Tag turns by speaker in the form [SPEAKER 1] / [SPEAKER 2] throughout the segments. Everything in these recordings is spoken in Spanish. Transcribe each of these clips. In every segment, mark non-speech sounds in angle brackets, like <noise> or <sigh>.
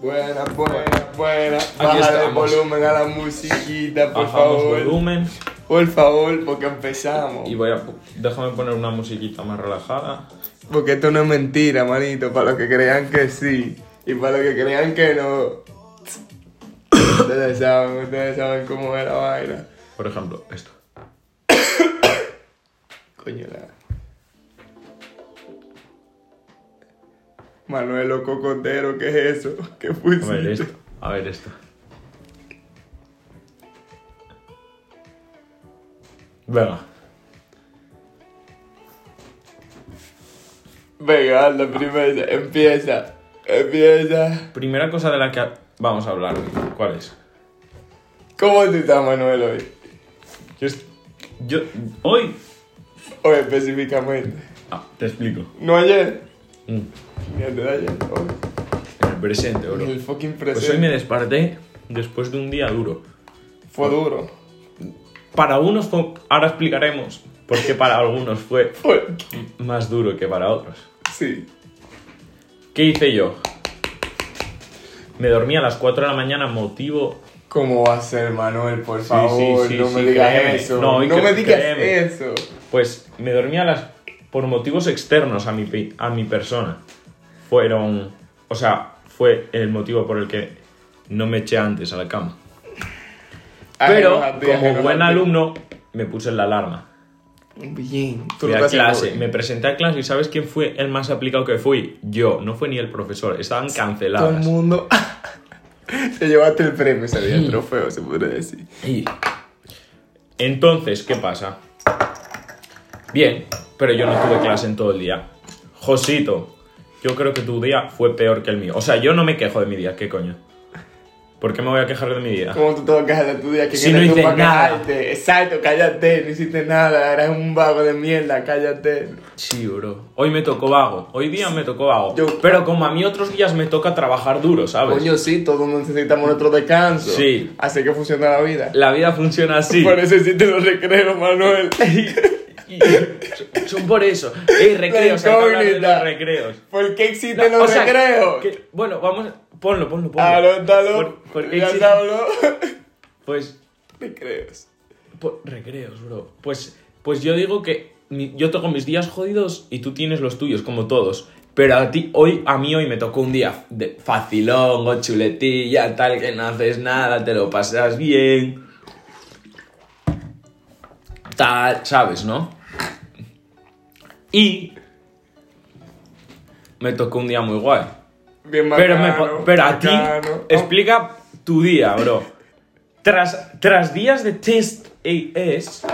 [SPEAKER 1] Buenas, buenas, buenas.
[SPEAKER 2] Aquí
[SPEAKER 1] Baja el
[SPEAKER 2] estamos.
[SPEAKER 1] volumen a la musiquita, por
[SPEAKER 2] Bajamos
[SPEAKER 1] favor.
[SPEAKER 2] volumen
[SPEAKER 1] Por favor, porque empezamos.
[SPEAKER 2] y voy a... Déjame poner una musiquita más relajada.
[SPEAKER 1] Porque esto no es mentira, manito. Para los que crean que sí y para los que crean que no. Ustedes saben, ustedes saben cómo es la vaina.
[SPEAKER 2] Por ejemplo, esto.
[SPEAKER 1] Coño, la. Manuelo Cocotero, ¿qué es eso? ¿Qué
[SPEAKER 2] A ver este.
[SPEAKER 1] pusiste?
[SPEAKER 2] esto. A ver esto. Venga.
[SPEAKER 1] Venga, la primera, empieza, empieza.
[SPEAKER 2] Primera cosa de la que vamos a hablar. ¿Cuál es?
[SPEAKER 1] ¿Cómo tú estás, Manuel, hoy?
[SPEAKER 2] Yo... es- yo hoy...
[SPEAKER 1] Hoy específicamente.
[SPEAKER 2] Ah, te explico.
[SPEAKER 1] No ayer,
[SPEAKER 2] Mm, En
[SPEAKER 1] ni antes de ayer, hoy.
[SPEAKER 2] el presente, bro.
[SPEAKER 1] El fucking
[SPEAKER 2] Pues hoy
[SPEAKER 1] presente
[SPEAKER 2] me desperté después de un día duro.
[SPEAKER 1] fue duro.
[SPEAKER 2] Para unos fue- Ahora explicaremos por qué para algunos fue
[SPEAKER 1] Fue-
[SPEAKER 2] más duro que para otros.
[SPEAKER 1] Sí.
[SPEAKER 2] ¿Qué hice yo? Me dormí a las 4 de la mañana, motivo...
[SPEAKER 1] ¿Cómo va a ser, Manuel? Por
[SPEAKER 2] sí,
[SPEAKER 1] favor,
[SPEAKER 2] sí,
[SPEAKER 1] no me
[SPEAKER 2] sí,
[SPEAKER 1] digas
[SPEAKER 2] créeme.
[SPEAKER 1] eso. No,
[SPEAKER 2] No, y cre-
[SPEAKER 1] me digas
[SPEAKER 2] créeme.
[SPEAKER 1] eso.
[SPEAKER 2] Pues me dormí a las... por motivos externos a mi, pe- a mi persona. Fueron... O sea, fue el motivo por el que no me eché antes a la cama. Pero,
[SPEAKER 1] Ajeno a ti,
[SPEAKER 2] como
[SPEAKER 1] ajeno a
[SPEAKER 2] buen
[SPEAKER 1] ti.
[SPEAKER 2] alumno, me puse la alarma.
[SPEAKER 1] Bien.
[SPEAKER 2] Fui a
[SPEAKER 1] estás
[SPEAKER 2] clase,
[SPEAKER 1] seguro.
[SPEAKER 2] me presenté a clase y ¿sabes quién fue el más aplicado que fui? Yo, no fue ni el profesor, estaban
[SPEAKER 1] Todo el
[SPEAKER 2] canceladas.
[SPEAKER 1] mundo. <laughs> Te llevaste el premio, sería el trofeo, se podría decir.
[SPEAKER 2] Y- Entonces, ¿qué pasa? Bien, pero yo no tuve clase en todo el día. Josito, yo creo que tu día fue peor que el mío. O sea, yo no me quejo de mi día, ¿qué coño? ¿Por qué me voy a quejar de mi día?
[SPEAKER 1] ¿Cómo tú te vas a quejar de tu día? ¿Quién
[SPEAKER 2] Si
[SPEAKER 1] eres
[SPEAKER 2] no
[SPEAKER 1] tú
[SPEAKER 2] hice
[SPEAKER 1] para
[SPEAKER 2] nada.
[SPEAKER 1] quejarte? Exacto, cállate, no hiciste nada, eres un vago de mierda, cállate.
[SPEAKER 2] Sí, bro. Hoy me tocó vago. Hoy día me tocó vago.
[SPEAKER 1] Yo-
[SPEAKER 2] Pero como a mí otros días me toca trabajar duro, ¿sabes?
[SPEAKER 1] Coño, sí, todos necesitamos nuestro descanso.
[SPEAKER 2] Sí.
[SPEAKER 1] Así que funciona la vida.
[SPEAKER 2] La vida funciona así.
[SPEAKER 1] Por eso hiciste los recreos, Manuel.
[SPEAKER 2] <laughs> Y- son por eso. Ey, recreos, hay que hablar de los recreos.
[SPEAKER 1] ¿Por qué existen
[SPEAKER 2] O
[SPEAKER 1] los
[SPEAKER 2] sea,
[SPEAKER 1] recreos? Ah,
[SPEAKER 2] que- bueno, vamos. a- Ponlo, ponlo, ponlo.
[SPEAKER 1] Anótalo.
[SPEAKER 2] Por- por-
[SPEAKER 1] Ya
[SPEAKER 2] exi-
[SPEAKER 1] te habló.
[SPEAKER 2] Pues.
[SPEAKER 1] <laughs> Recreos.
[SPEAKER 2] por- recreos, bro. Pues, pues yo digo que mi- yo toco mis días jodidos y tú tienes los tuyos, como todos. Pero a ti, hoy, a mí hoy me tocó un día de facilongo, chuletilla, tal, que no haces nada, te lo pasas bien. Tal, ¿sabes, no? Y. Me tocó un día muy guay.
[SPEAKER 1] Bien
[SPEAKER 2] Pero, me
[SPEAKER 1] bacano,
[SPEAKER 2] po- pero a ti,
[SPEAKER 1] bacano.
[SPEAKER 2] explica tu día, bro. Tras, tras días de test AS,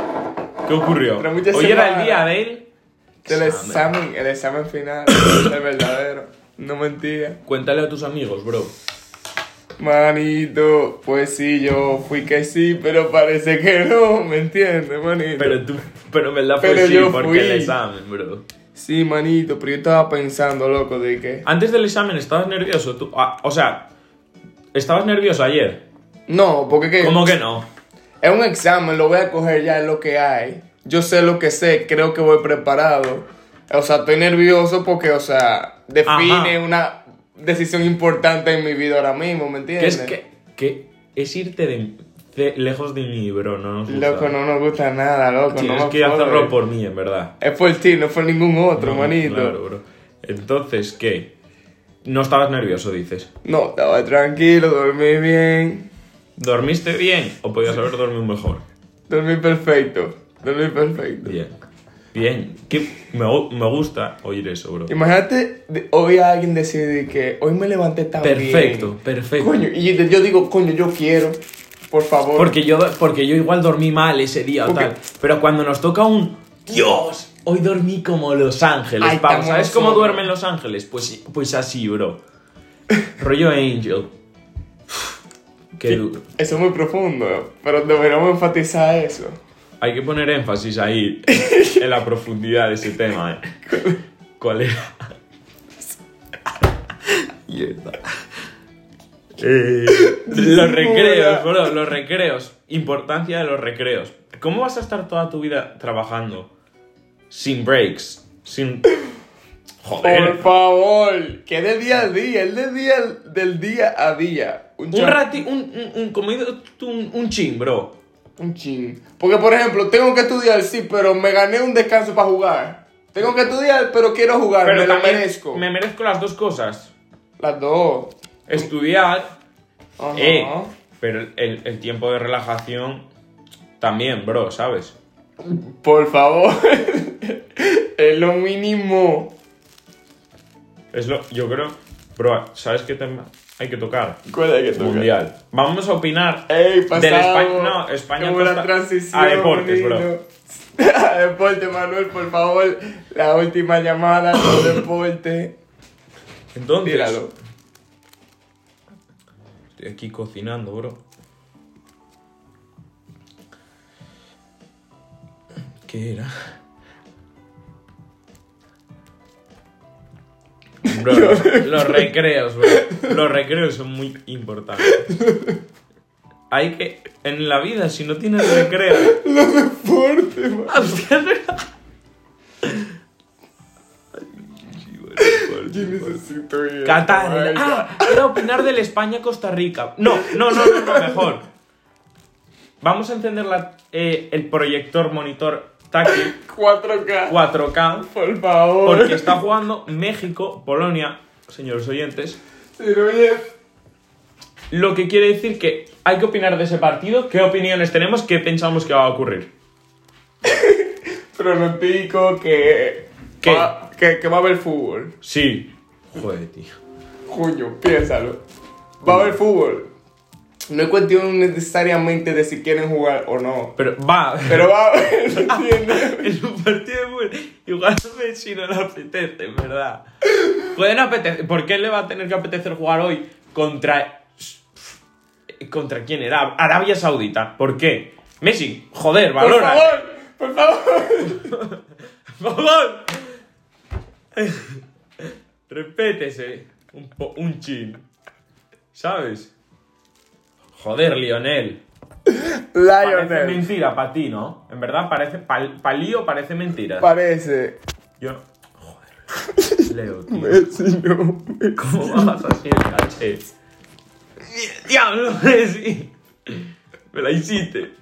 [SPEAKER 2] ¿qué ocurrió?
[SPEAKER 1] Tras muchas
[SPEAKER 2] Hoy era
[SPEAKER 1] semanas.
[SPEAKER 2] el día del...
[SPEAKER 1] Oh, Del
[SPEAKER 2] examen.
[SPEAKER 1] examen, el examen final, el verdadero. No mentía.
[SPEAKER 2] Cuéntale a tus amigos, bro.
[SPEAKER 1] Manito, pues sí, yo fui que sí, pero parece que no, ¿me entiendes, manito?
[SPEAKER 2] Pero tú, pero en verdad
[SPEAKER 1] Pero
[SPEAKER 2] fue sí,
[SPEAKER 1] yo
[SPEAKER 2] porque
[SPEAKER 1] fui.
[SPEAKER 2] el examen, bro.
[SPEAKER 1] Sí, manito, pero yo estaba pensando, loco, de que...
[SPEAKER 2] Antes del examen, ¿estabas nervioso tú? Ah, o sea, ¿estabas nervioso ayer?
[SPEAKER 1] No, porque que...
[SPEAKER 2] ¿Cómo que no?
[SPEAKER 1] Es un examen, lo voy a coger ya, es lo que hay. Yo sé lo que sé, creo que voy preparado. O sea, estoy nervioso porque, o sea, define
[SPEAKER 2] Ajá.
[SPEAKER 1] una decisión importante en mi vida ahora mismo, ¿me
[SPEAKER 2] Que
[SPEAKER 1] entiendes?
[SPEAKER 2] es que, que es irte de, de- lejos de mí, bro, no nos gusta.
[SPEAKER 1] Loco, no nos gusta nada, loco.
[SPEAKER 2] Tienes
[SPEAKER 1] no me
[SPEAKER 2] que ir a
[SPEAKER 1] jodes.
[SPEAKER 2] hacerlo por mí, en verdad.
[SPEAKER 1] Es por ti, no fue ningún otro,
[SPEAKER 2] No,
[SPEAKER 1] manito.
[SPEAKER 2] claro, bro. Entonces, ¿qué? No estabas nervioso, dices.
[SPEAKER 1] No, estaba tranquilo, dormí bien.
[SPEAKER 2] ¿Dormiste bien o podías haber dormido mejor?
[SPEAKER 1] Dormí perfecto, dormí perfecto.
[SPEAKER 2] Bien. Bien. ¿Qué? Me, gu- me gusta oír eso, bro.
[SPEAKER 1] Imagínate de- hoy a alguien decir de que hoy me levanté tan bien.
[SPEAKER 2] Perfecto, perfecto.
[SPEAKER 1] Coño, y yo, yo digo, coño, yo quiero, por favor.
[SPEAKER 2] Porque yo, porque yo igual dormí mal ese día o
[SPEAKER 1] Porque-
[SPEAKER 2] tal. Pero cuando nos toca un Dios, hoy dormí como Los Ángeles.
[SPEAKER 1] Ay,
[SPEAKER 2] pavo.
[SPEAKER 1] tan
[SPEAKER 2] ¿Sabes cómo
[SPEAKER 1] mono.
[SPEAKER 2] duermen Los Ángeles? Pues, pues así, bro. Rollo Angel. Qué duro.
[SPEAKER 1] Eso es muy profundo, pero deberíamos enfatizar eso.
[SPEAKER 2] Hay que poner
[SPEAKER 1] <laughs>
[SPEAKER 2] énfasis ahí en, en la profundidad de ese tema. ¿eh? ¿Cuál era? Eh, los recreos, bro, los recreos. Importancia de los recreos. ¿Cómo vas a estar toda tu vida trabajando sin breaks? Sin. Joder.
[SPEAKER 1] Por favor, que de día a día, es de día, del día a día. Un,
[SPEAKER 2] Un
[SPEAKER 1] chan-
[SPEAKER 2] rati, un, un, un, como dices tú, un, un chin, bro.
[SPEAKER 1] Un chin. Porque, por ejemplo, tengo que estudiar, sí, pero me gané un descanso para jugar. Tengo que estudiar, pero quiero jugar, me lo
[SPEAKER 2] también
[SPEAKER 1] merezco.
[SPEAKER 2] Me merezco las dos cosas.
[SPEAKER 1] Las dos.
[SPEAKER 2] Estudiar,
[SPEAKER 1] Ajá.
[SPEAKER 2] eh, pero el, el tiempo de relajación también, bro, ¿sabes?
[SPEAKER 1] Por favor. <laughs> es lo mínimo.
[SPEAKER 2] Es lo, yo creo, bro, ¿sabes qué tema hay que tocar?
[SPEAKER 1] ¿Cuál es que toca?
[SPEAKER 2] Mundial. Vamos a opinar
[SPEAKER 1] Ey, pasado.
[SPEAKER 2] del España. No, España
[SPEAKER 1] Como la
[SPEAKER 2] contra-
[SPEAKER 1] transición,
[SPEAKER 2] a deportes, bro.
[SPEAKER 1] bonito. <laughs> A deporte, Manuel, por favor. La última llamada,
[SPEAKER 2] <laughs>
[SPEAKER 1] los deporte.
[SPEAKER 2] Entonces,
[SPEAKER 1] Tíralo.
[SPEAKER 2] Estoy aquí cocinando, bro. ¿Qué era? Bro, los, los recreos, bro. Los recreos son muy importantes. Hay que. En la vida, si no tienes recreo.
[SPEAKER 1] Deporte, ma-
[SPEAKER 2] Hostia, no era-
[SPEAKER 1] Yo necesito ir.
[SPEAKER 2] Qatar.
[SPEAKER 1] Ay,
[SPEAKER 2] Ah, era opinar del España-Costa Rica. No, no, no, no, no, mejor. Vamos a encender la- eh, el proyector monitor táctil
[SPEAKER 1] 4K.
[SPEAKER 2] 4K
[SPEAKER 1] Por favor.
[SPEAKER 2] porque está jugando México, Polonia, señores oyentes.
[SPEAKER 1] Si no oyes,
[SPEAKER 2] Lo que quiere decir que hay que opinar de ese partido, qué opiniones tenemos, qué pensamos que va a ocurrir.
[SPEAKER 1] pronostico que.
[SPEAKER 2] ¿Qué?
[SPEAKER 1] Va, que, que va a haber fútbol.
[SPEAKER 2] Sí. Joder, tío.
[SPEAKER 1] Junio, piénsalo. Va a haber fútbol. No es cuestión necesariamente de si quieren jugar o no.
[SPEAKER 2] Pero va.
[SPEAKER 1] Pero va <laughs> a haber,
[SPEAKER 2] <laughs>
[SPEAKER 1] ¿entiendes?
[SPEAKER 2] Es un partido muy... Igual a Messi no le apetece, en verdad. Pueden apetecer... ¿Por qué le va a tener que apetecer jugar hoy contra... ¿Contra quién era? Arabia Saudita. ¿Por qué? Messi, joder,
[SPEAKER 1] Por
[SPEAKER 2] valora.
[SPEAKER 1] favor, por favor.
[SPEAKER 2] <laughs> Por favor. Respétese. Un, po- un chin. ¿Sabes? Joder, Lionel. Parece
[SPEAKER 1] Lionel.
[SPEAKER 2] mentira para ti, ¿no? En verdad parece... Para lío parece mentira.
[SPEAKER 1] Parece.
[SPEAKER 2] Yo.
[SPEAKER 1] <laughs>
[SPEAKER 2] Joder. Leo, tío. <laughs>
[SPEAKER 1] Messi no.
[SPEAKER 2] ¿Cómo bajas así el caché? ¡Diablo, <laughs> Messi! Me la hiciste.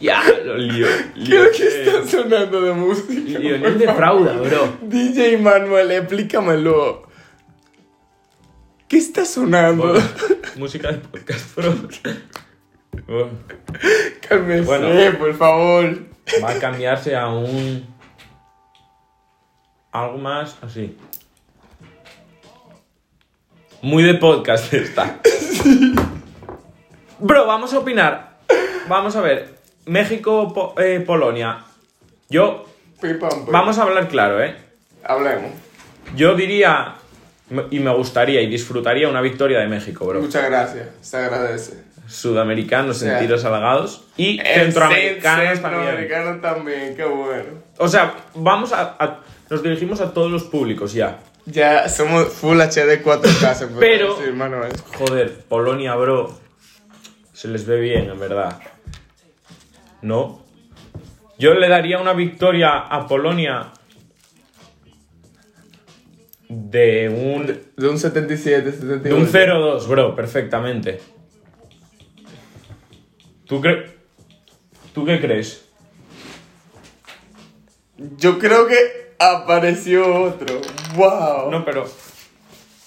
[SPEAKER 2] ¡Diablo, lío!
[SPEAKER 1] ¿Qué es
[SPEAKER 2] lío Eh,
[SPEAKER 1] lo que está sonando de música? <laughs>
[SPEAKER 2] Lionel defrauda, bro.
[SPEAKER 1] DJ Manuel, explícamelo. ¿Qué está sonando?
[SPEAKER 2] Bueno, música de podcast, bro. Bueno,
[SPEAKER 1] <laughs> Cálmese,
[SPEAKER 2] Bueno.
[SPEAKER 1] por favor.
[SPEAKER 2] va a cambiarse a un. Algo más así. Muy de podcast está. Bro, vamos a opinar. Vamos a ver. México, Po- eh, Polonia. Yo.
[SPEAKER 1] Pim, pam, pum.
[SPEAKER 2] Vamos a hablar claro, ¿eh?
[SPEAKER 1] Hablemos.
[SPEAKER 2] Yo diría. Y me gustaría y disfrutaría una victoria de México,
[SPEAKER 1] <laughs>
[SPEAKER 2] bro.
[SPEAKER 1] Muchas gracias, se agradece.
[SPEAKER 2] Sudamericanos,
[SPEAKER 1] sea,
[SPEAKER 2] sentidos halagados. Y
[SPEAKER 1] El
[SPEAKER 2] centroamericanos
[SPEAKER 1] cen-
[SPEAKER 2] también.
[SPEAKER 1] Centroamericano también, qué bueno.
[SPEAKER 2] O sea, vamos a, a- Nos dirigimos a todos los públicos ya.
[SPEAKER 1] Ya somos full HD 4K, se puede
[SPEAKER 2] Pero-
[SPEAKER 1] decir, Manuel.
[SPEAKER 2] Joder, Polonia, bro. Se les ve bien, en verdad. ¿No? Yo le daría una victoria a Polonia de un,
[SPEAKER 1] De un 77, 78.
[SPEAKER 2] de un 0-2, bro, perfectamente. ¿Tú, cre- ¿Tú qué crees?
[SPEAKER 1] Yo creo que apareció otro. ¡Wow!
[SPEAKER 2] No, pero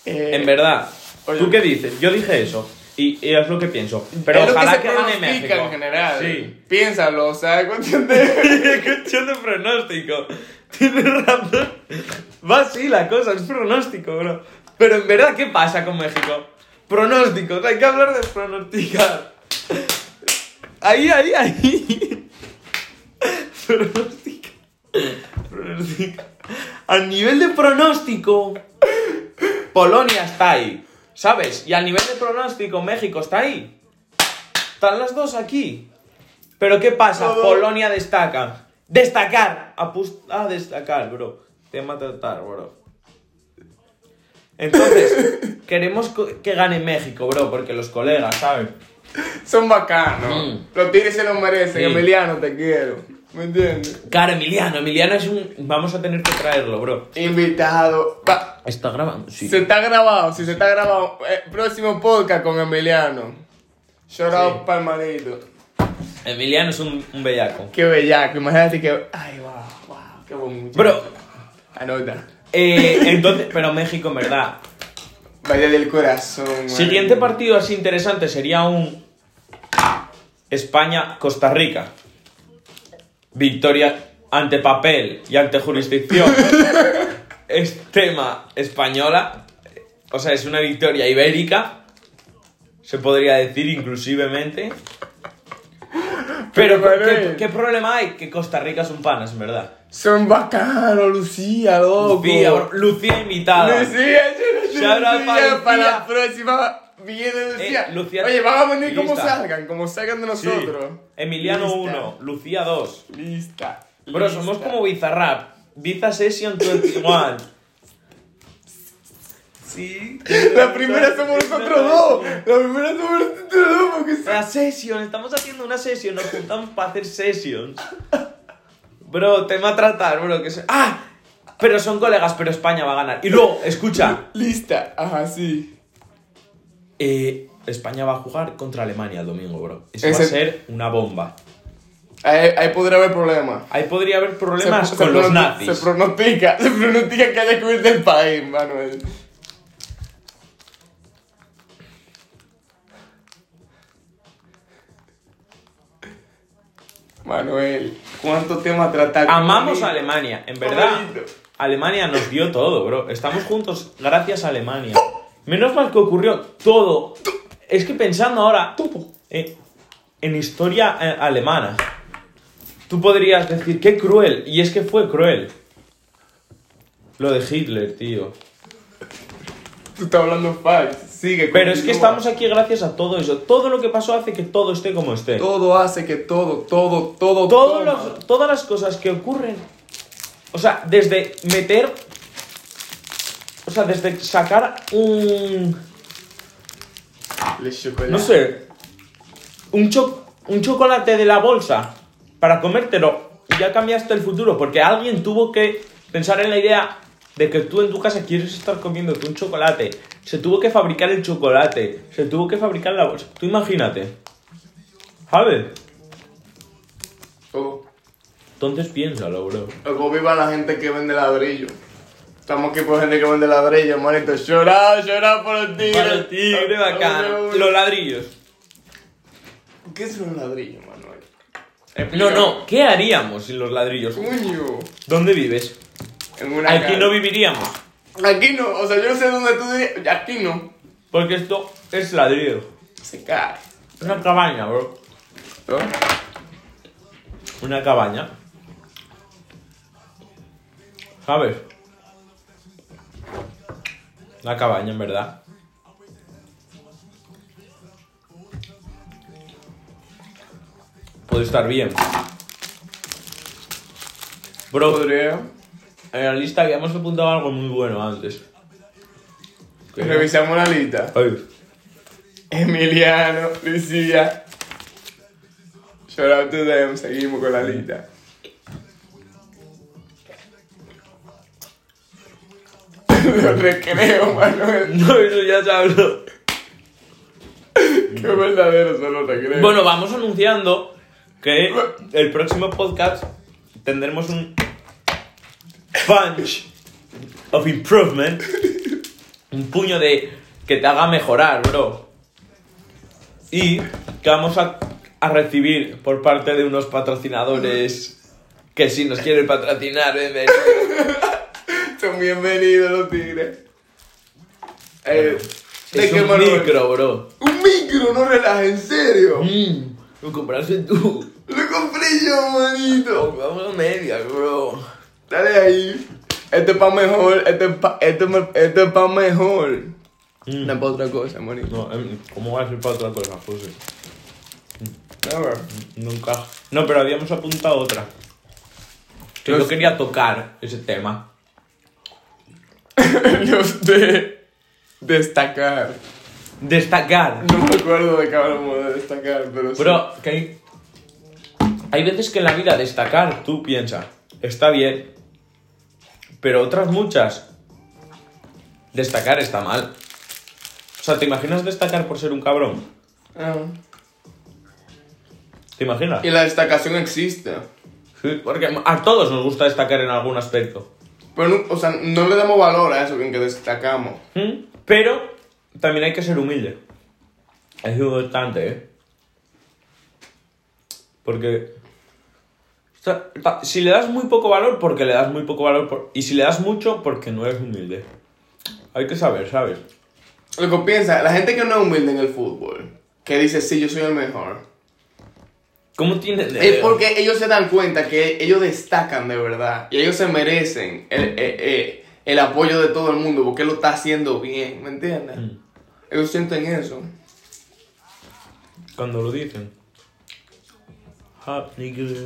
[SPEAKER 1] Eh,
[SPEAKER 2] En verdad,
[SPEAKER 1] Oye.
[SPEAKER 2] ¿tú qué dices? Yo dije eso y, y es lo que pienso. Pero
[SPEAKER 1] es lo
[SPEAKER 2] ojalá
[SPEAKER 1] se
[SPEAKER 2] que, gane
[SPEAKER 1] pronostica
[SPEAKER 2] México.
[SPEAKER 1] en general.
[SPEAKER 2] Sí. <laughs>
[SPEAKER 1] Piénsalo, o sea, es cuestión de.
[SPEAKER 2] Es cuestión de pronóstico. Tienes razón. Va así la cosa, es pronóstico, bro. Pero en verdad, ¿qué pasa con México? Pronósticos, hay que hablar de pronosticar. Ahí, ahí, ahí. <laughs> Pronóstica. Pronóstica. A nivel de pronóstico, Polonia está ahí, ¿sabes? Y a nivel de pronóstico, México está ahí. Están las dos aquí. Pero ¿qué pasa?
[SPEAKER 1] Todo.
[SPEAKER 2] Polonia destaca. Destacar. Apus- a destacar, bro. Tema a tratar, bro. Entonces, queremos co- que gane México, bro, porque los colegas, ¿sabes?
[SPEAKER 1] Son bacanos.
[SPEAKER 2] Mm.
[SPEAKER 1] Los tigres se los merecen.
[SPEAKER 2] Sí.
[SPEAKER 1] Emiliano, te quiero. ¿Me entiendes?
[SPEAKER 2] Claro, Emiliano, Emiliano es un. Vamos a tener que traerlo, bro.
[SPEAKER 1] Invitado. Pa-
[SPEAKER 2] ¿Está grabando? Sí.
[SPEAKER 1] Se está grabado, si se está grabado. eh, próximo podcast con Emiliano. Shout out
[SPEAKER 2] Sí.
[SPEAKER 1] pa'l manito.
[SPEAKER 2] Emiliano es un, un bellaco.
[SPEAKER 1] Qué bellaco, imagínate que. Ay, wow, wow, qué buen muchacho.
[SPEAKER 2] Bro,
[SPEAKER 1] Anota.
[SPEAKER 2] eh, entonces. Pero México, en verdad.
[SPEAKER 1] Vaya del corazón.
[SPEAKER 2] Siguiente
[SPEAKER 1] partido.
[SPEAKER 2] partido así interesante sería un. España-Costa Rica. Victoria ante papel y
[SPEAKER 1] <laughs>
[SPEAKER 2] ante jurisdicción. es tema española. O sea, es una victoria ibérica. Se podría decir inclusivemente.
[SPEAKER 1] Pero,
[SPEAKER 2] Pero, ¿qué,
[SPEAKER 1] Manuel.
[SPEAKER 2] qué problema hay? Que Costa Rica son panas, en verdad.
[SPEAKER 1] Son bacanos, Lucía, loco.
[SPEAKER 2] Lucía, bro, Lucía invitada.
[SPEAKER 1] Lucía, yo
[SPEAKER 2] Shout
[SPEAKER 1] no
[SPEAKER 2] out
[SPEAKER 1] sé,
[SPEAKER 2] para
[SPEAKER 1] Lucía, para
[SPEAKER 2] Lucía.
[SPEAKER 1] la próxima. Viene Lucía.
[SPEAKER 2] Eh, Lucía,
[SPEAKER 1] Oye, van a venir como
[SPEAKER 2] lista.
[SPEAKER 1] salgan, como salgan de
[SPEAKER 2] Sí.
[SPEAKER 1] nosotros.
[SPEAKER 2] Emiliano
[SPEAKER 1] Lista,
[SPEAKER 2] 1, Lucía 2.
[SPEAKER 1] Lista.
[SPEAKER 2] Bro,
[SPEAKER 1] lista.
[SPEAKER 2] somos como Bizarrap. Biza Session 21. sí.
[SPEAKER 1] La primera somos nosotros dos. La primera somos nosotros dos porque sí.
[SPEAKER 2] La session, estamos haciendo una session, nos juntamos para hacer sessions. Bro, tema a tratar, bro, que se- ¡Ah! Pero son colegas, pero España va a ganar. Y luego, escucha.
[SPEAKER 1] Lista. Ajá, sí.
[SPEAKER 2] eh, España va a jugar contra Alemania el domingo, bro. Eso va a
[SPEAKER 1] Ese-
[SPEAKER 2] ser una bomba.
[SPEAKER 1] Ahí, ahí podría haber problemas.
[SPEAKER 2] Ahí podría haber
[SPEAKER 1] Se-
[SPEAKER 2] problemas
[SPEAKER 1] se
[SPEAKER 2] con los
[SPEAKER 1] prono-
[SPEAKER 2] nazis.
[SPEAKER 1] Se pronostica, se pronostica que haya que huir del país, Manuel. Manuel, ¿cuánto tema tratar?
[SPEAKER 2] Amamos a
[SPEAKER 1] Manuel?
[SPEAKER 2] Alemania, en verdad.
[SPEAKER 1] Pobrecito.
[SPEAKER 2] Alemania nos dio todo, bro. Estamos juntos gracias a Alemania. Menos mal que ocurrió todo. Es que pensando ahora eh, en historia eh, alemana, tú podrías decir qué cruel. Y es que fue cruel. Lo de Hitler, tío.
[SPEAKER 1] Tú estás hablando falso. Sigue.
[SPEAKER 2] Pero es que
[SPEAKER 1] continúa.
[SPEAKER 2] estamos aquí gracias a todo eso. Todo lo que pasó hace que todo esté como esté.
[SPEAKER 1] Todo hace que todo, todo, todo,
[SPEAKER 2] Todos
[SPEAKER 1] todo.
[SPEAKER 2] los- todas las cosas que ocurren. O sea, desde meter. O sea, desde sacar un.
[SPEAKER 1] Le chocolate.
[SPEAKER 2] No sé. Un, cho- un chocolate de la bolsa. Para comértelo. Y ya cambiaste el futuro. Porque alguien tuvo que pensar en la idea de que tú en tu casa quieres estar comiéndote un chocolate. Se tuvo que fabricar el chocolate. Se tuvo que fabricar la bolsa. Tú imagínate. ¿Sabes?
[SPEAKER 1] Oh.
[SPEAKER 2] Entonces piénsalo, bro.
[SPEAKER 1] Luego viva la gente que vende ladrillo. Estamos aquí por gente que vende ladrillo, hermanito. Llorar, llorar por el tigre.
[SPEAKER 2] Para el tigre bacano.
[SPEAKER 1] Vamos,
[SPEAKER 2] Los ladrillos.
[SPEAKER 1] ¿Qué es un ladrillo, Manuel?
[SPEAKER 2] Eh, No, no, ¿qué haríamos sin los ladrillos?
[SPEAKER 1] Coño.
[SPEAKER 2] ¿Dónde vives?
[SPEAKER 1] En una
[SPEAKER 2] Aquí
[SPEAKER 1] ca-
[SPEAKER 2] no viviríamos,
[SPEAKER 1] Aquí no, o sea, yo no sé dónde tú dirías. Aquí no.
[SPEAKER 2] porque esto es ladrillo.
[SPEAKER 1] Se cae.
[SPEAKER 2] Una cabaña, bro.
[SPEAKER 1] ¿No?
[SPEAKER 2] Una cabaña. ¿Sabes? Una cabaña, en verdad. Puede estar bien. Bro,
[SPEAKER 1] Podría.
[SPEAKER 2] en la lista habíamos apuntado algo muy bueno antes. Que-
[SPEAKER 1] Revisamos la lista.
[SPEAKER 2] Ay. <laughs>
[SPEAKER 1] Emiliano, Lucía. Shout out to them. Seguimos con la lista. <laughs> Lo recreo, Manuel.
[SPEAKER 2] No, eso ya se habló.
[SPEAKER 1] Qué verdadero son los recreos.
[SPEAKER 2] Bueno, vamos anunciando que el próximo podcast tendremos un punch of improvement. Un puño de que te haga mejorar, bro. Y que vamos a, a recibir por parte de unos patrocinadores que si nos quieren patrocinar, eh, me-
[SPEAKER 1] son bienvenidos los tigres. Eh, ¿de
[SPEAKER 2] es
[SPEAKER 1] qué
[SPEAKER 2] un
[SPEAKER 1] Manuel?
[SPEAKER 2] micro, bro.
[SPEAKER 1] Un micro, no relaja, en serio.
[SPEAKER 2] Mm, lo compraste tú.
[SPEAKER 1] Lo compré yo, manito.
[SPEAKER 2] Oh, Vamos a medias, bro.
[SPEAKER 1] Dale ahí. Este es pa' mejor, este es pa', este, me- este es pa' mejor.
[SPEAKER 2] Mm.
[SPEAKER 1] No es pa' otra cosa, manito.
[SPEAKER 2] No, em, ¿cómo va a ser para otra cosa, José?
[SPEAKER 1] A <laughs> ver.
[SPEAKER 2] Nunca. No, pero habíamos apuntado otra. Que
[SPEAKER 1] Los-
[SPEAKER 2] yo quería tocar ese tema.
[SPEAKER 1] Los de destacar.
[SPEAKER 2] Destacar.
[SPEAKER 1] No me acuerdo de qué hablamos de destacar, pero sí.
[SPEAKER 2] Bro, que hay Hay veces que en la vida destacar, tú piensas, está bien, pero otras muchas, destacar está mal. O sea, ¿te imaginas destacar por ser un cabrón?
[SPEAKER 1] Ah.
[SPEAKER 2] ¿Te imaginas?
[SPEAKER 1] Y la destacación existe.
[SPEAKER 2] Sí, porque a todos nos gusta destacar en algún aspecto.
[SPEAKER 1] Pero, no, o sea, no le damos valor a eso en que destacamos.
[SPEAKER 2] ¿Mm? Pero también hay que ser humilde. Es importante, ¿eh? Porque... o sea, ta- Si le das muy poco valor, porque le das muy poco valor. por- Y si le das mucho, porque no eres humilde. Hay que saber, ¿sabes?
[SPEAKER 1] Lo que piensa, la gente que no es humilde en el fútbol, que dice, sí, yo soy el mejor,
[SPEAKER 2] ¿Cómo tienes
[SPEAKER 1] es porque ellos se dan cuenta que ellos destacan de verdad y ellos se merecen el, eh, eh, el apoyo de todo el mundo porque él lo está haciendo bien, ¿me entiendes?
[SPEAKER 2] Mm.
[SPEAKER 1] Ellos sienten eso.
[SPEAKER 2] Cuando lo dicen. Hot nigga.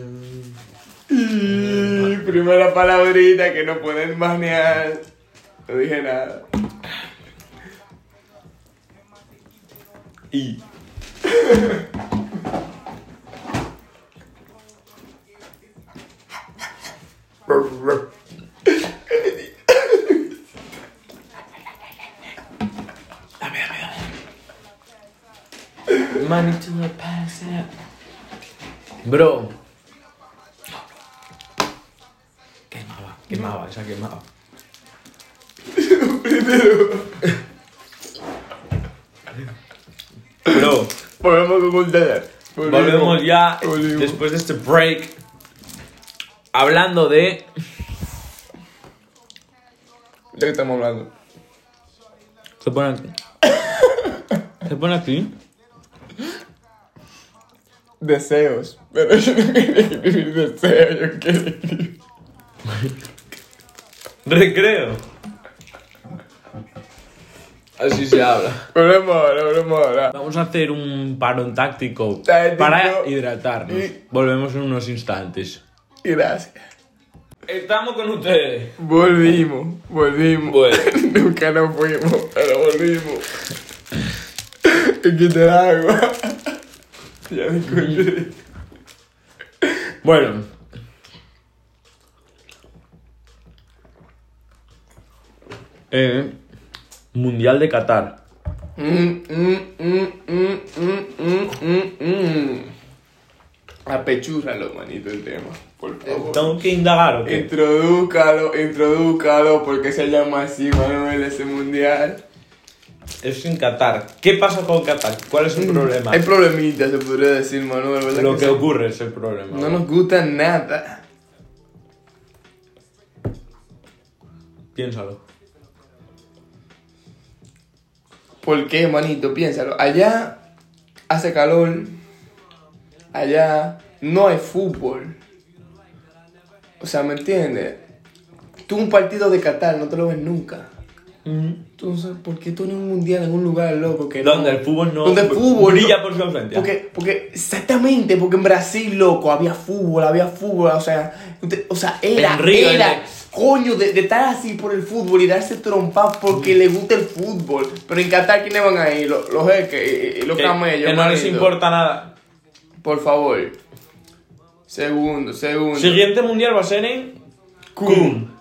[SPEAKER 1] Mm, primera palabrita que no pueden banear. No dije nada. <laughs>
[SPEAKER 2] Y. Money to a pass out. Bro. Quemaba, quemaba, esa quemaba. Bro,
[SPEAKER 1] Volvemos con un dedo.
[SPEAKER 2] volvemos ya
[SPEAKER 1] Volvemos.
[SPEAKER 2] después de este break. Hablando de.
[SPEAKER 1] ¿De qué estamos hablando?
[SPEAKER 2] Se pone aquí. Se pone aquí.
[SPEAKER 1] Deseos. Pero yo no quería escribir deseos, yo quería escribir.
[SPEAKER 2] Recreo. Así se habla.
[SPEAKER 1] Volvemos ahora, volvemos ahora.
[SPEAKER 2] Vamos a hacer un parón táctico
[SPEAKER 1] Táctico.
[SPEAKER 2] para hidratarnos.
[SPEAKER 1] Eh, Y-
[SPEAKER 2] Volvemos en unos instantes.
[SPEAKER 1] Gracias.
[SPEAKER 2] Estamos con ustedes.
[SPEAKER 1] Volvimos, volvimos.
[SPEAKER 2] Bueno.
[SPEAKER 1] <laughs> Nunca nos fuimos, pero volvimos. Aquí te da agua. <laughs> ya me escuché.
[SPEAKER 2] Bueno. Eh, Mundial de Qatar.
[SPEAKER 1] Mm, mm, mm, mm, mm, mm, mm, mm. Apechúralo, manito, el tema, por favor.
[SPEAKER 2] Tengo que indagar o
[SPEAKER 1] Eh,
[SPEAKER 2] qué?
[SPEAKER 1] Introdúcalo, introdúcalo, porque se llama así, Manuel, ese mundial.
[SPEAKER 2] Es en Qatar. ¿Qué pasa con Qatar? ¿Cuál
[SPEAKER 1] Mm,
[SPEAKER 2] es el problema?
[SPEAKER 1] Hay problemitas, se podría decir, Manuel, ¿verdad?
[SPEAKER 2] Lo que
[SPEAKER 1] sí?
[SPEAKER 2] ocurre es el problema.
[SPEAKER 1] eh, No nos gusta nada.
[SPEAKER 2] Piénsalo.
[SPEAKER 1] ¿Por qué, manito? Piénsalo. Allá hace calor. Allá no hay fútbol. O sea, ¿me entiendes? Tú un partido de Qatar no te lo ves nunca. Entonces, ¿por qué tú ni un mundial en un lugar loco que no-
[SPEAKER 2] Donde el fútbol no
[SPEAKER 1] Donde el fútbol
[SPEAKER 2] brilla
[SPEAKER 1] no-
[SPEAKER 2] por su ausencia.
[SPEAKER 1] Porque, porque, exactamente, porque en Brasil, loco, había fútbol, había fútbol, o sea, usted- o sea era,
[SPEAKER 2] En Río,
[SPEAKER 1] era,
[SPEAKER 2] en el-
[SPEAKER 1] coño, de, de estar así por el fútbol y darse trompas porque le gusta el fútbol. Pero en Qatar, ¿quiénes van a ir? Los, los jeques y, y los
[SPEAKER 2] que,
[SPEAKER 1] camellos.
[SPEAKER 2] que no les
[SPEAKER 1] manito.
[SPEAKER 2] importa nada.
[SPEAKER 1] Por favor. Segundo, segundo.
[SPEAKER 2] Siguiente mundial va a ser en
[SPEAKER 1] Cum. Cum.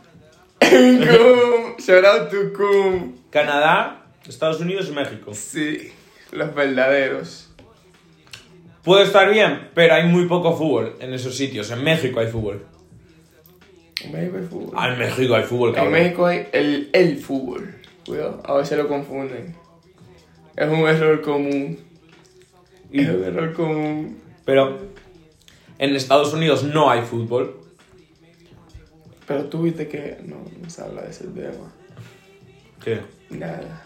[SPEAKER 1] Shout out to Cum.
[SPEAKER 2] Canadá, Estados Unidos y México.
[SPEAKER 1] Sí, los verdaderos.
[SPEAKER 2] Puede estar bien, pero hay muy poco fútbol en esos sitios. En México hay fútbol.
[SPEAKER 1] En México hay fútbol.
[SPEAKER 2] Ah, en México hay fútbol,
[SPEAKER 1] En
[SPEAKER 2] cabrón.
[SPEAKER 1] México hay el, el fútbol. Cuidado, a veces lo confunden. Es un error común. Es <laughs> un error común.
[SPEAKER 2] Pero en Estados Unidos no hay fútbol.
[SPEAKER 1] Pero tú viste que no, no se habla de ese tema.
[SPEAKER 2] ¿Qué?
[SPEAKER 1] Nada.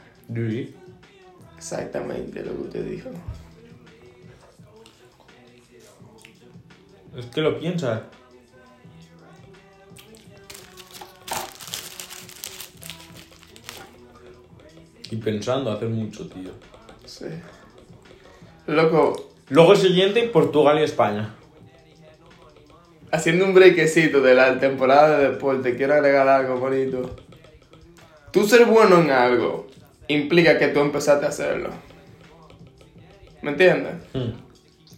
[SPEAKER 1] Exactamente lo que usted dijo.
[SPEAKER 2] Es que lo piensas. Y pensando hace mucho, tío.
[SPEAKER 1] Sí. Loco,
[SPEAKER 2] Luego el siguiente, Portugal y España.
[SPEAKER 1] haciendo un brequecito de la temporada de deporte, quiero agregar algo bonito. Tú ser bueno en algo implica que tú empezaste a hacerlo. ¿Me entiendes?
[SPEAKER 2] Mm.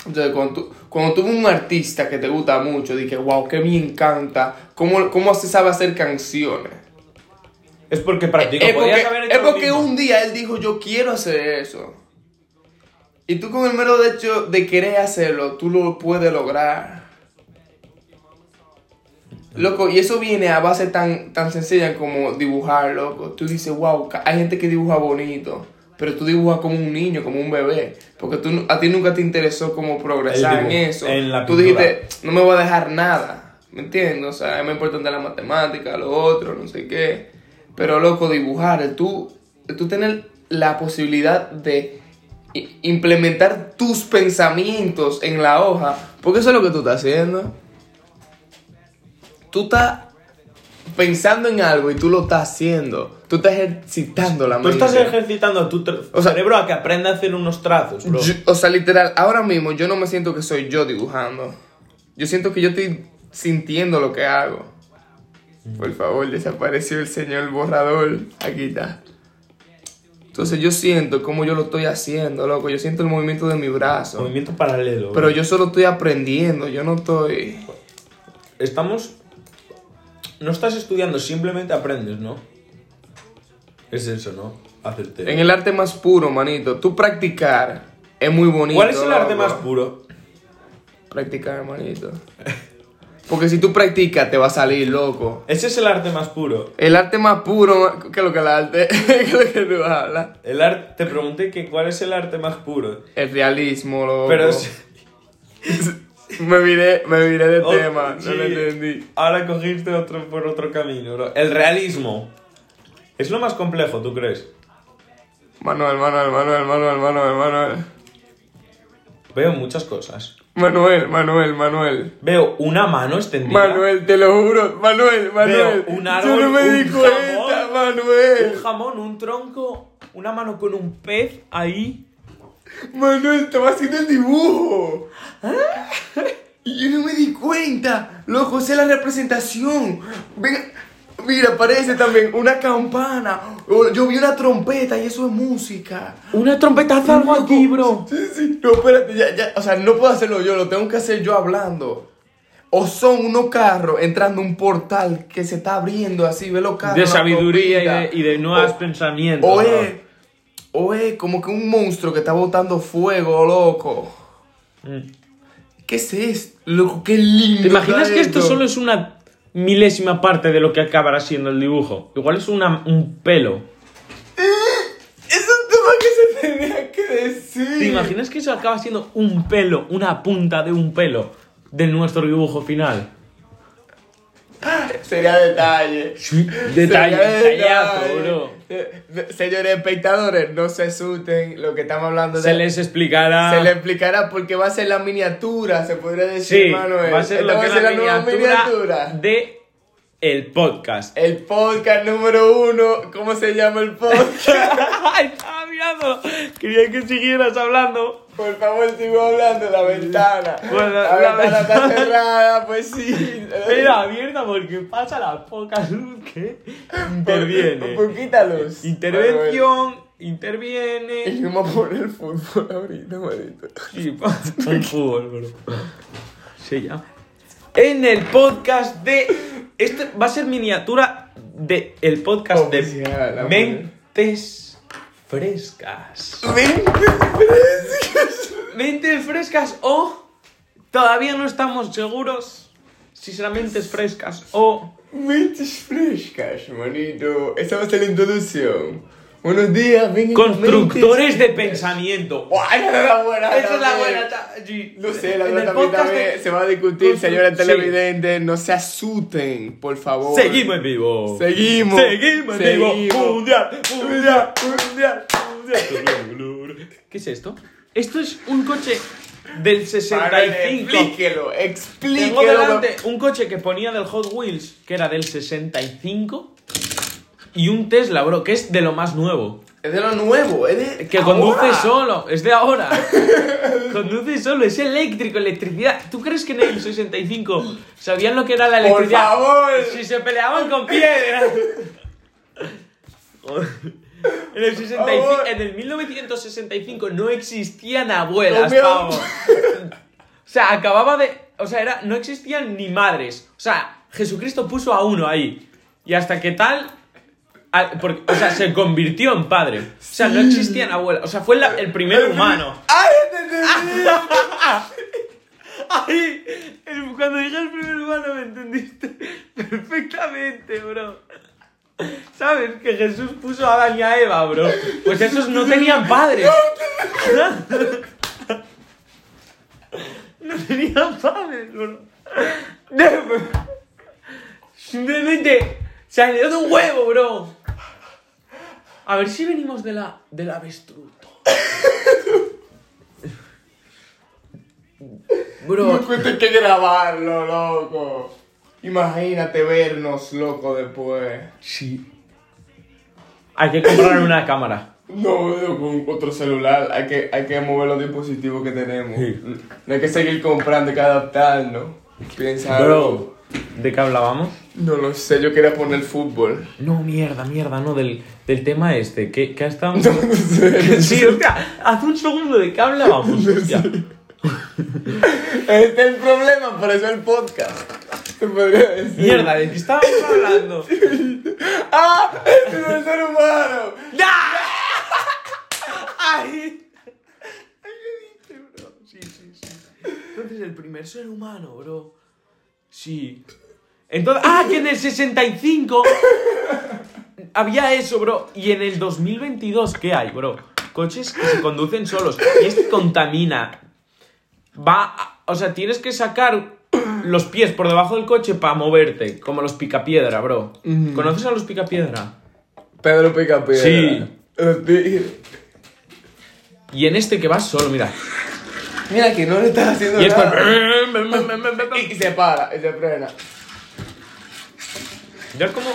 [SPEAKER 1] Entonces, cuando tú, cuando tú ves un artista que te gusta mucho, dices, wow, que me encanta, ¿cómo, cómo se sabe hacer canciones?
[SPEAKER 2] Es porque practico.
[SPEAKER 1] es
[SPEAKER 2] podías
[SPEAKER 1] porque,
[SPEAKER 2] haber hecho
[SPEAKER 1] es
[SPEAKER 2] lo
[SPEAKER 1] porque
[SPEAKER 2] mismo.
[SPEAKER 1] un día él dijo, yo quiero hacer eso. Y tú con el mero hecho de querer hacerlo, tú lo puedes lograr. Loco, y eso viene a base tan, tan sencilla como dibujar, loco. Tú dices, wow, ca- hay gente que dibuja bonito, pero tú dibujas como un niño, como un bebé. Porque tú, nu- a ti nunca te interesó como progresar en
[SPEAKER 2] dibujo,
[SPEAKER 1] eso.
[SPEAKER 2] en la
[SPEAKER 1] tú
[SPEAKER 2] pintura.
[SPEAKER 1] dijiste, no me voy a dejar nada. ¿Me entiendes? O sea, es más importante la matemática, lo otro, no sé qué. Pero loco, dibujar, el tú, el tú tener la posibilidad de i- implementar tus pensamientos en la hoja, porque eso es lo que tú estás haciendo. Tú estás pensando en algo y tú lo estás haciendo. Tú estás ejercitando la
[SPEAKER 2] Tú
[SPEAKER 1] mente.
[SPEAKER 2] estás ejercitando tu tr-
[SPEAKER 1] O sea-
[SPEAKER 2] cerebro a que aprenda a hacer unos trazos, bro.
[SPEAKER 1] Yo- o sea, literal, ahora mismo yo no me siento que soy yo dibujando. Yo siento que yo estoy sintiendo lo que hago. Por favor, desapareció el señor borrador. Aquí está. Entonces yo siento como yo lo estoy haciendo, loco. Yo siento el movimiento de mi brazo.
[SPEAKER 2] Movimiento paralelo.
[SPEAKER 1] Pero
[SPEAKER 2] bro.
[SPEAKER 1] yo solo estoy aprendiendo, yo no estoy...
[SPEAKER 2] Estamos. No estás estudiando, simplemente aprendes, ¿no? Es eso, ¿no? Hacerte.
[SPEAKER 1] En el arte más puro, manito. Tú practicar es muy bonito.
[SPEAKER 2] ¿Cuál es el arte
[SPEAKER 1] loco.
[SPEAKER 2] más puro?
[SPEAKER 1] Practicar, manito. Porque si tú practicas te va a salir, loco.
[SPEAKER 2] Ese es el arte más puro.
[SPEAKER 1] El arte más puro, ma- que lo que el arte, <laughs> que lo que tú hablas.
[SPEAKER 2] El arte. Te pregunté que cuál es el arte más puro.
[SPEAKER 1] El realismo, loco.
[SPEAKER 2] Pero es-
[SPEAKER 1] <laughs> Me miré, me miré de
[SPEAKER 2] Oh,
[SPEAKER 1] tema, no lo
[SPEAKER 2] sí.
[SPEAKER 1] entendí.
[SPEAKER 2] Ahora cogiste otro por otro camino, bro. El realismo. Es lo más complejo, ¿tú crees?
[SPEAKER 1] Manuel, Manuel, Manuel, Manuel, Manuel, Manuel.
[SPEAKER 2] Veo muchas cosas.
[SPEAKER 1] Manuel, Manuel, Manuel.
[SPEAKER 2] Veo una mano extendida.
[SPEAKER 1] Manuel, te lo juro. Manuel, Manuel.
[SPEAKER 2] un
[SPEAKER 1] Yo
[SPEAKER 2] árbol,
[SPEAKER 1] no me
[SPEAKER 2] un
[SPEAKER 1] di cuenta,
[SPEAKER 2] jamón,
[SPEAKER 1] Manuel.
[SPEAKER 2] Un jamón, un tronco, una mano con un pez ahí.
[SPEAKER 1] Manuel, estaba haciendo el dibujo.
[SPEAKER 2] ¿Eh?
[SPEAKER 1] Y yo no me di cuenta. Loco, esa es la representación. Ven- mira, parece también una campana. O- Yo vi una trompeta y eso es música.
[SPEAKER 2] Una trompetaza algo aquí, bro.
[SPEAKER 1] Sí, sí. No, espérate, ya, ya. O sea, no puedo hacerlo yo, lo tengo que hacer yo hablando. O son unos carros entrando a un portal que se está abriendo así, ve los carros.
[SPEAKER 2] De
[SPEAKER 1] la
[SPEAKER 2] sabiduría y de,
[SPEAKER 1] trompeta.
[SPEAKER 2] y de nuevos
[SPEAKER 1] O-
[SPEAKER 2] pensamientos.
[SPEAKER 1] o
[SPEAKER 2] bro.
[SPEAKER 1] es, o es como que un monstruo que está botando fuego, loco.
[SPEAKER 2] Mm.
[SPEAKER 1] ¿Qué es esto? Loco, qué lindo.
[SPEAKER 2] ¿Te imaginas
[SPEAKER 1] está
[SPEAKER 2] que esto solo es una milésima parte de lo que acabará siendo el dibujo? Igual es una- un pelo.
[SPEAKER 1] Es un tema que se tenía que decir.
[SPEAKER 2] ¿Te imaginas que eso acaba siendo un pelo, una punta de un pelo de nuestro dibujo final?
[SPEAKER 1] Ah, Sería detalle.
[SPEAKER 2] Sí,
[SPEAKER 1] Sería
[SPEAKER 2] detalle, detallazo,
[SPEAKER 1] detalle.
[SPEAKER 2] bro.
[SPEAKER 1] Eh, eh, Señores espectadores, no se asusten lo que estamos hablando
[SPEAKER 2] Se
[SPEAKER 1] de...
[SPEAKER 2] les explicará.
[SPEAKER 1] Se le explicará porque va a ser la miniatura, se podría decir, eh.
[SPEAKER 2] Sí,
[SPEAKER 1] Manuel.
[SPEAKER 2] va a ser
[SPEAKER 1] Esta
[SPEAKER 2] lo que la,
[SPEAKER 1] nueva
[SPEAKER 2] miniatura, de el <laughs> podcast.
[SPEAKER 1] El podcast número uno. ¿Cómo se llama el podcast?
[SPEAKER 2] Estaba mirándolo. Quería que siguieras hablando.
[SPEAKER 1] Por favor, sigo hablando. La ventana.
[SPEAKER 2] Bueno,
[SPEAKER 1] la,
[SPEAKER 2] Pues la
[SPEAKER 1] ventana está
[SPEAKER 2] ventana.
[SPEAKER 1] cerrada, pues sí.
[SPEAKER 2] Era abierta porque pasa la poca luz que interviene.
[SPEAKER 1] Por- Poquita luz.
[SPEAKER 2] Intervención,
[SPEAKER 1] Manuel. Y
[SPEAKER 2] interviene.
[SPEAKER 1] vamos a poner fútbol ahorita, manito.
[SPEAKER 2] Sí, pasa un fútbol, bro. Se llama. En el podcast de. Este va a ser miniatura de el podcast
[SPEAKER 1] Oficial,
[SPEAKER 2] de
[SPEAKER 1] amor.
[SPEAKER 2] Mentes Frescas. Mentes frescas o todavía no estamos seguros si serán mentes frescas o
[SPEAKER 1] Mentes frescas, manito. Esa va a ser la introducción. Unos días vengan
[SPEAKER 2] constructores de
[SPEAKER 1] pensamiento.
[SPEAKER 2] pensamiento.
[SPEAKER 1] esa es Oh, la buena.
[SPEAKER 2] Esa es la
[SPEAKER 1] también.
[SPEAKER 2] buena. ta- sí.
[SPEAKER 1] No sé, la
[SPEAKER 2] En
[SPEAKER 1] verdad
[SPEAKER 2] el
[SPEAKER 1] también,
[SPEAKER 2] podcast
[SPEAKER 1] también
[SPEAKER 2] de-
[SPEAKER 1] se va a discutir,
[SPEAKER 2] Constru-
[SPEAKER 1] señores
[SPEAKER 2] sí.
[SPEAKER 1] televidentes, no se asusten, por favor.
[SPEAKER 2] Seguimos en vivo.
[SPEAKER 1] Seguimos.
[SPEAKER 2] Seguimos en vivo.
[SPEAKER 1] Seguimos.
[SPEAKER 2] Mundial, mundial, mundial, mundial. ¿Qué es esto? Esto es un coche del
[SPEAKER 1] Manuel,
[SPEAKER 2] 65.
[SPEAKER 1] explíquelo,
[SPEAKER 2] Tengo
[SPEAKER 1] explíquelo.
[SPEAKER 2] delante un coche que ponía del Hot Wheels, que era del 65, y un Tesla, bro, que es de lo más nuevo.
[SPEAKER 1] Es de lo nuevo, es de
[SPEAKER 2] Que conduce
[SPEAKER 1] ahora.
[SPEAKER 2] solo, es de ahora. <laughs> conduce solo, es eléctrico, electricidad. ¿Tú crees que en el 65 sabían lo que era la
[SPEAKER 1] Por
[SPEAKER 2] electricidad?
[SPEAKER 1] favor.
[SPEAKER 2] Si se peleaban con piedras. En el, 65
[SPEAKER 1] favor.
[SPEAKER 2] en el 1965 no existían abuelas,
[SPEAKER 1] Comió-
[SPEAKER 2] pavo. sea, acababa de. O sea, era, no existían ni madres. O sea, Jesucristo puso a uno ahí. Y hasta que tal. al- porque- o sea, se convirtió en padre. O sea, no existían abuelas. O sea, fue la- el primer humano.
[SPEAKER 1] ¡Ay, entendí!
[SPEAKER 2] Ay, el- cuando dije el primer humano me entendiste perfectamente, bro. ¿Sabes? Que Jesús puso a Adán y a Eva, bro. Pues esos no tenían padres. No tenían padres, bro. Simplemente salió de un huevo, bro. A ver si venimos de la, de la avestruz. Bro,
[SPEAKER 1] No cuesta que grabarlo, loco. Imagínate vernos, loco, después.
[SPEAKER 2] Sí. Hay que comprar una cámara.
[SPEAKER 1] No, yo con otro celular. Hay que, hay que mover los dispositivos que tenemos.
[SPEAKER 2] Sí.
[SPEAKER 1] No hay que seguir comprando, hay que adaptarnos. Piensa algo.
[SPEAKER 2] Bro, ¿de qué hablábamos?
[SPEAKER 1] No lo sé, yo quería poner fútbol.
[SPEAKER 2] No, mierda, mierda, no, del, del tema este. ¿Qué, qué ha estado?
[SPEAKER 1] No, <laughs> no sé.
[SPEAKER 2] Sí, hostia, hace un segundo de qué hablábamos, hostia.
[SPEAKER 1] Este es el problema, por eso el podcast. Te podría decir.
[SPEAKER 2] Mierda, ¿de qué estábamos hablando?
[SPEAKER 1] ¡Ah! ¡Este es el ser humano!
[SPEAKER 2] ¡Ay! ¡Ay, le diste, bro! Sí, sí, sí. Entonces, el primer ser humano, bro. Sí. Entonces, ¡ah! Que en el 65 <laughs> había eso, bro. Y en el 2022, ¿qué hay, bro? Coches que se conducen solos. Y este contamina. Va. a- o sea, tienes que sacar los pies por debajo del coche para moverte. Como los picapiedra, bro.
[SPEAKER 1] Ujú.
[SPEAKER 2] ¿Conoces a los picapiedra?
[SPEAKER 1] Pedro Picapiedra.
[SPEAKER 2] Sí.
[SPEAKER 1] Los tigres.
[SPEAKER 2] Y en este que vas solo, mira.
[SPEAKER 1] Mira que no le estás haciendo
[SPEAKER 2] Y es
[SPEAKER 1] nada.
[SPEAKER 2] por-
[SPEAKER 1] Y se para, y se frena.
[SPEAKER 2] Ya es como.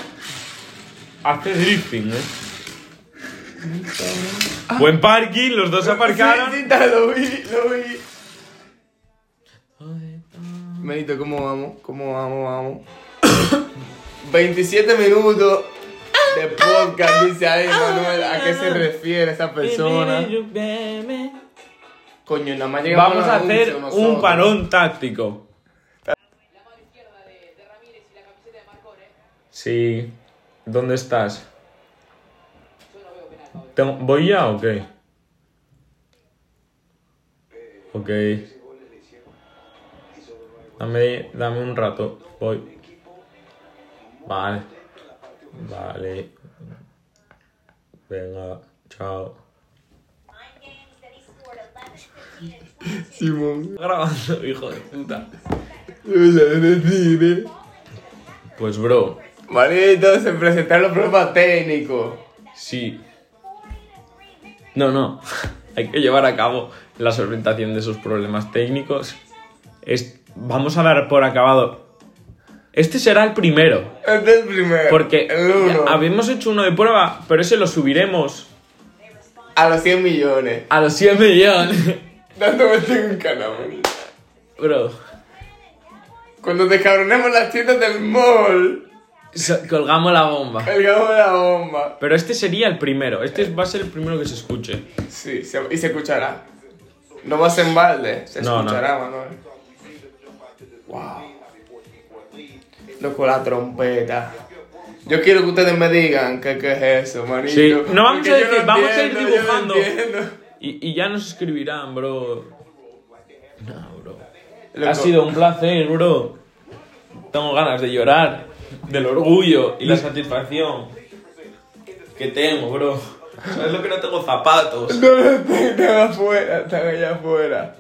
[SPEAKER 2] Hace drifting, eh. Buen parking, los dos
[SPEAKER 1] Ah. Sí, sí,
[SPEAKER 2] aparcaron.
[SPEAKER 1] lo vi, lo vi. Benito, ¿cómo vamos? ¿Cómo vamos? Vamos. 27 minutos de podcast, dice ahí Manuel. ¿A qué se refiere esa persona? Coño, nada más llegamos
[SPEAKER 2] Vamos
[SPEAKER 1] los
[SPEAKER 2] a hacer
[SPEAKER 1] anuncios
[SPEAKER 2] un
[SPEAKER 1] nosotros.
[SPEAKER 2] parón táctico.
[SPEAKER 3] La mano izquierda de, de Ramírez y la camiseta de Marcone.
[SPEAKER 2] Sí. ¿Dónde estás?
[SPEAKER 3] Yo no veo penal, Pablo.
[SPEAKER 2] Tengo- ¿Voy ya o qué? Ok. Dame, dame un rato. Voy. Vale. Vale. Venga, chao.
[SPEAKER 1] Simón.
[SPEAKER 2] Grabando, hijo de puta.
[SPEAKER 1] Tigre.
[SPEAKER 2] Pues, bro,
[SPEAKER 1] Manito, se presentaron los problemas técnicos.
[SPEAKER 2] sí. No, no. <laughs> Hay que llevar a cabo la solventación de esos problemas técnicos. Es- Vamos a dar por acabado. Este será el primero.
[SPEAKER 1] Este es el primero.
[SPEAKER 2] Porque
[SPEAKER 1] el uno.
[SPEAKER 2] habíamos hecho uno de prueba, pero ese lo subiremos
[SPEAKER 1] A los 100 millones.
[SPEAKER 2] a los 100 millones.
[SPEAKER 1] Dándome un canal.
[SPEAKER 2] <laughs> Bro,
[SPEAKER 1] Cuando descabronemos las tiendas del mall,
[SPEAKER 2] so- colgamos la bomba.
[SPEAKER 1] cargamos la bomba.
[SPEAKER 2] Pero este sería el primero, este va a ser el primero que se escuche.
[SPEAKER 1] Sí, se- y se escuchará. No va a ser en balde, se
[SPEAKER 2] No, no.
[SPEAKER 1] escuchará, Manuel. Wow. Loco, la trompeta. Yo quiero que ustedes me digan qué, qué es eso, manito.
[SPEAKER 2] Sí, no vamos
[SPEAKER 1] porque
[SPEAKER 2] a
[SPEAKER 1] yo
[SPEAKER 2] decir, vamos a ir
[SPEAKER 1] entiendo, yo no
[SPEAKER 2] dibujando.
[SPEAKER 1] entiendo.
[SPEAKER 2] Y, y ya nos escribirán, bro. No, bro.
[SPEAKER 1] Loco,
[SPEAKER 2] Ha sido un placer, bro. Tengo ganas de llorar, del orgullo y la satisfacción que tengo, bro. ¿Sabes lo que no tengo zapatos?
[SPEAKER 1] <laughs> No, no, están afuera, están allá afuera.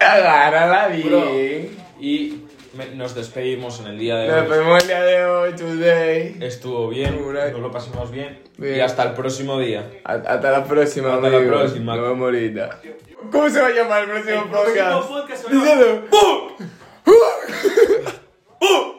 [SPEAKER 1] Agárrala
[SPEAKER 2] Bro.
[SPEAKER 1] bien.
[SPEAKER 2] Y me- nos despedimos en el día de
[SPEAKER 1] La
[SPEAKER 2] hoy.
[SPEAKER 1] memoria de hoy, today.
[SPEAKER 2] Estuvo bien,
[SPEAKER 1] Segura.
[SPEAKER 2] nos lo pasamos bien.
[SPEAKER 1] Bien.
[SPEAKER 2] Y hasta el próximo día.
[SPEAKER 1] A- Hasta la próxima,
[SPEAKER 2] Hasta la
[SPEAKER 1] amigo.
[SPEAKER 2] próxima.
[SPEAKER 1] Nos vemos ahorita. ¿Cómo se va a llamar el próximo podcast?
[SPEAKER 2] podcast se va a
[SPEAKER 1] Díselo. ¡Uh! ¡Uh! ¡Uh!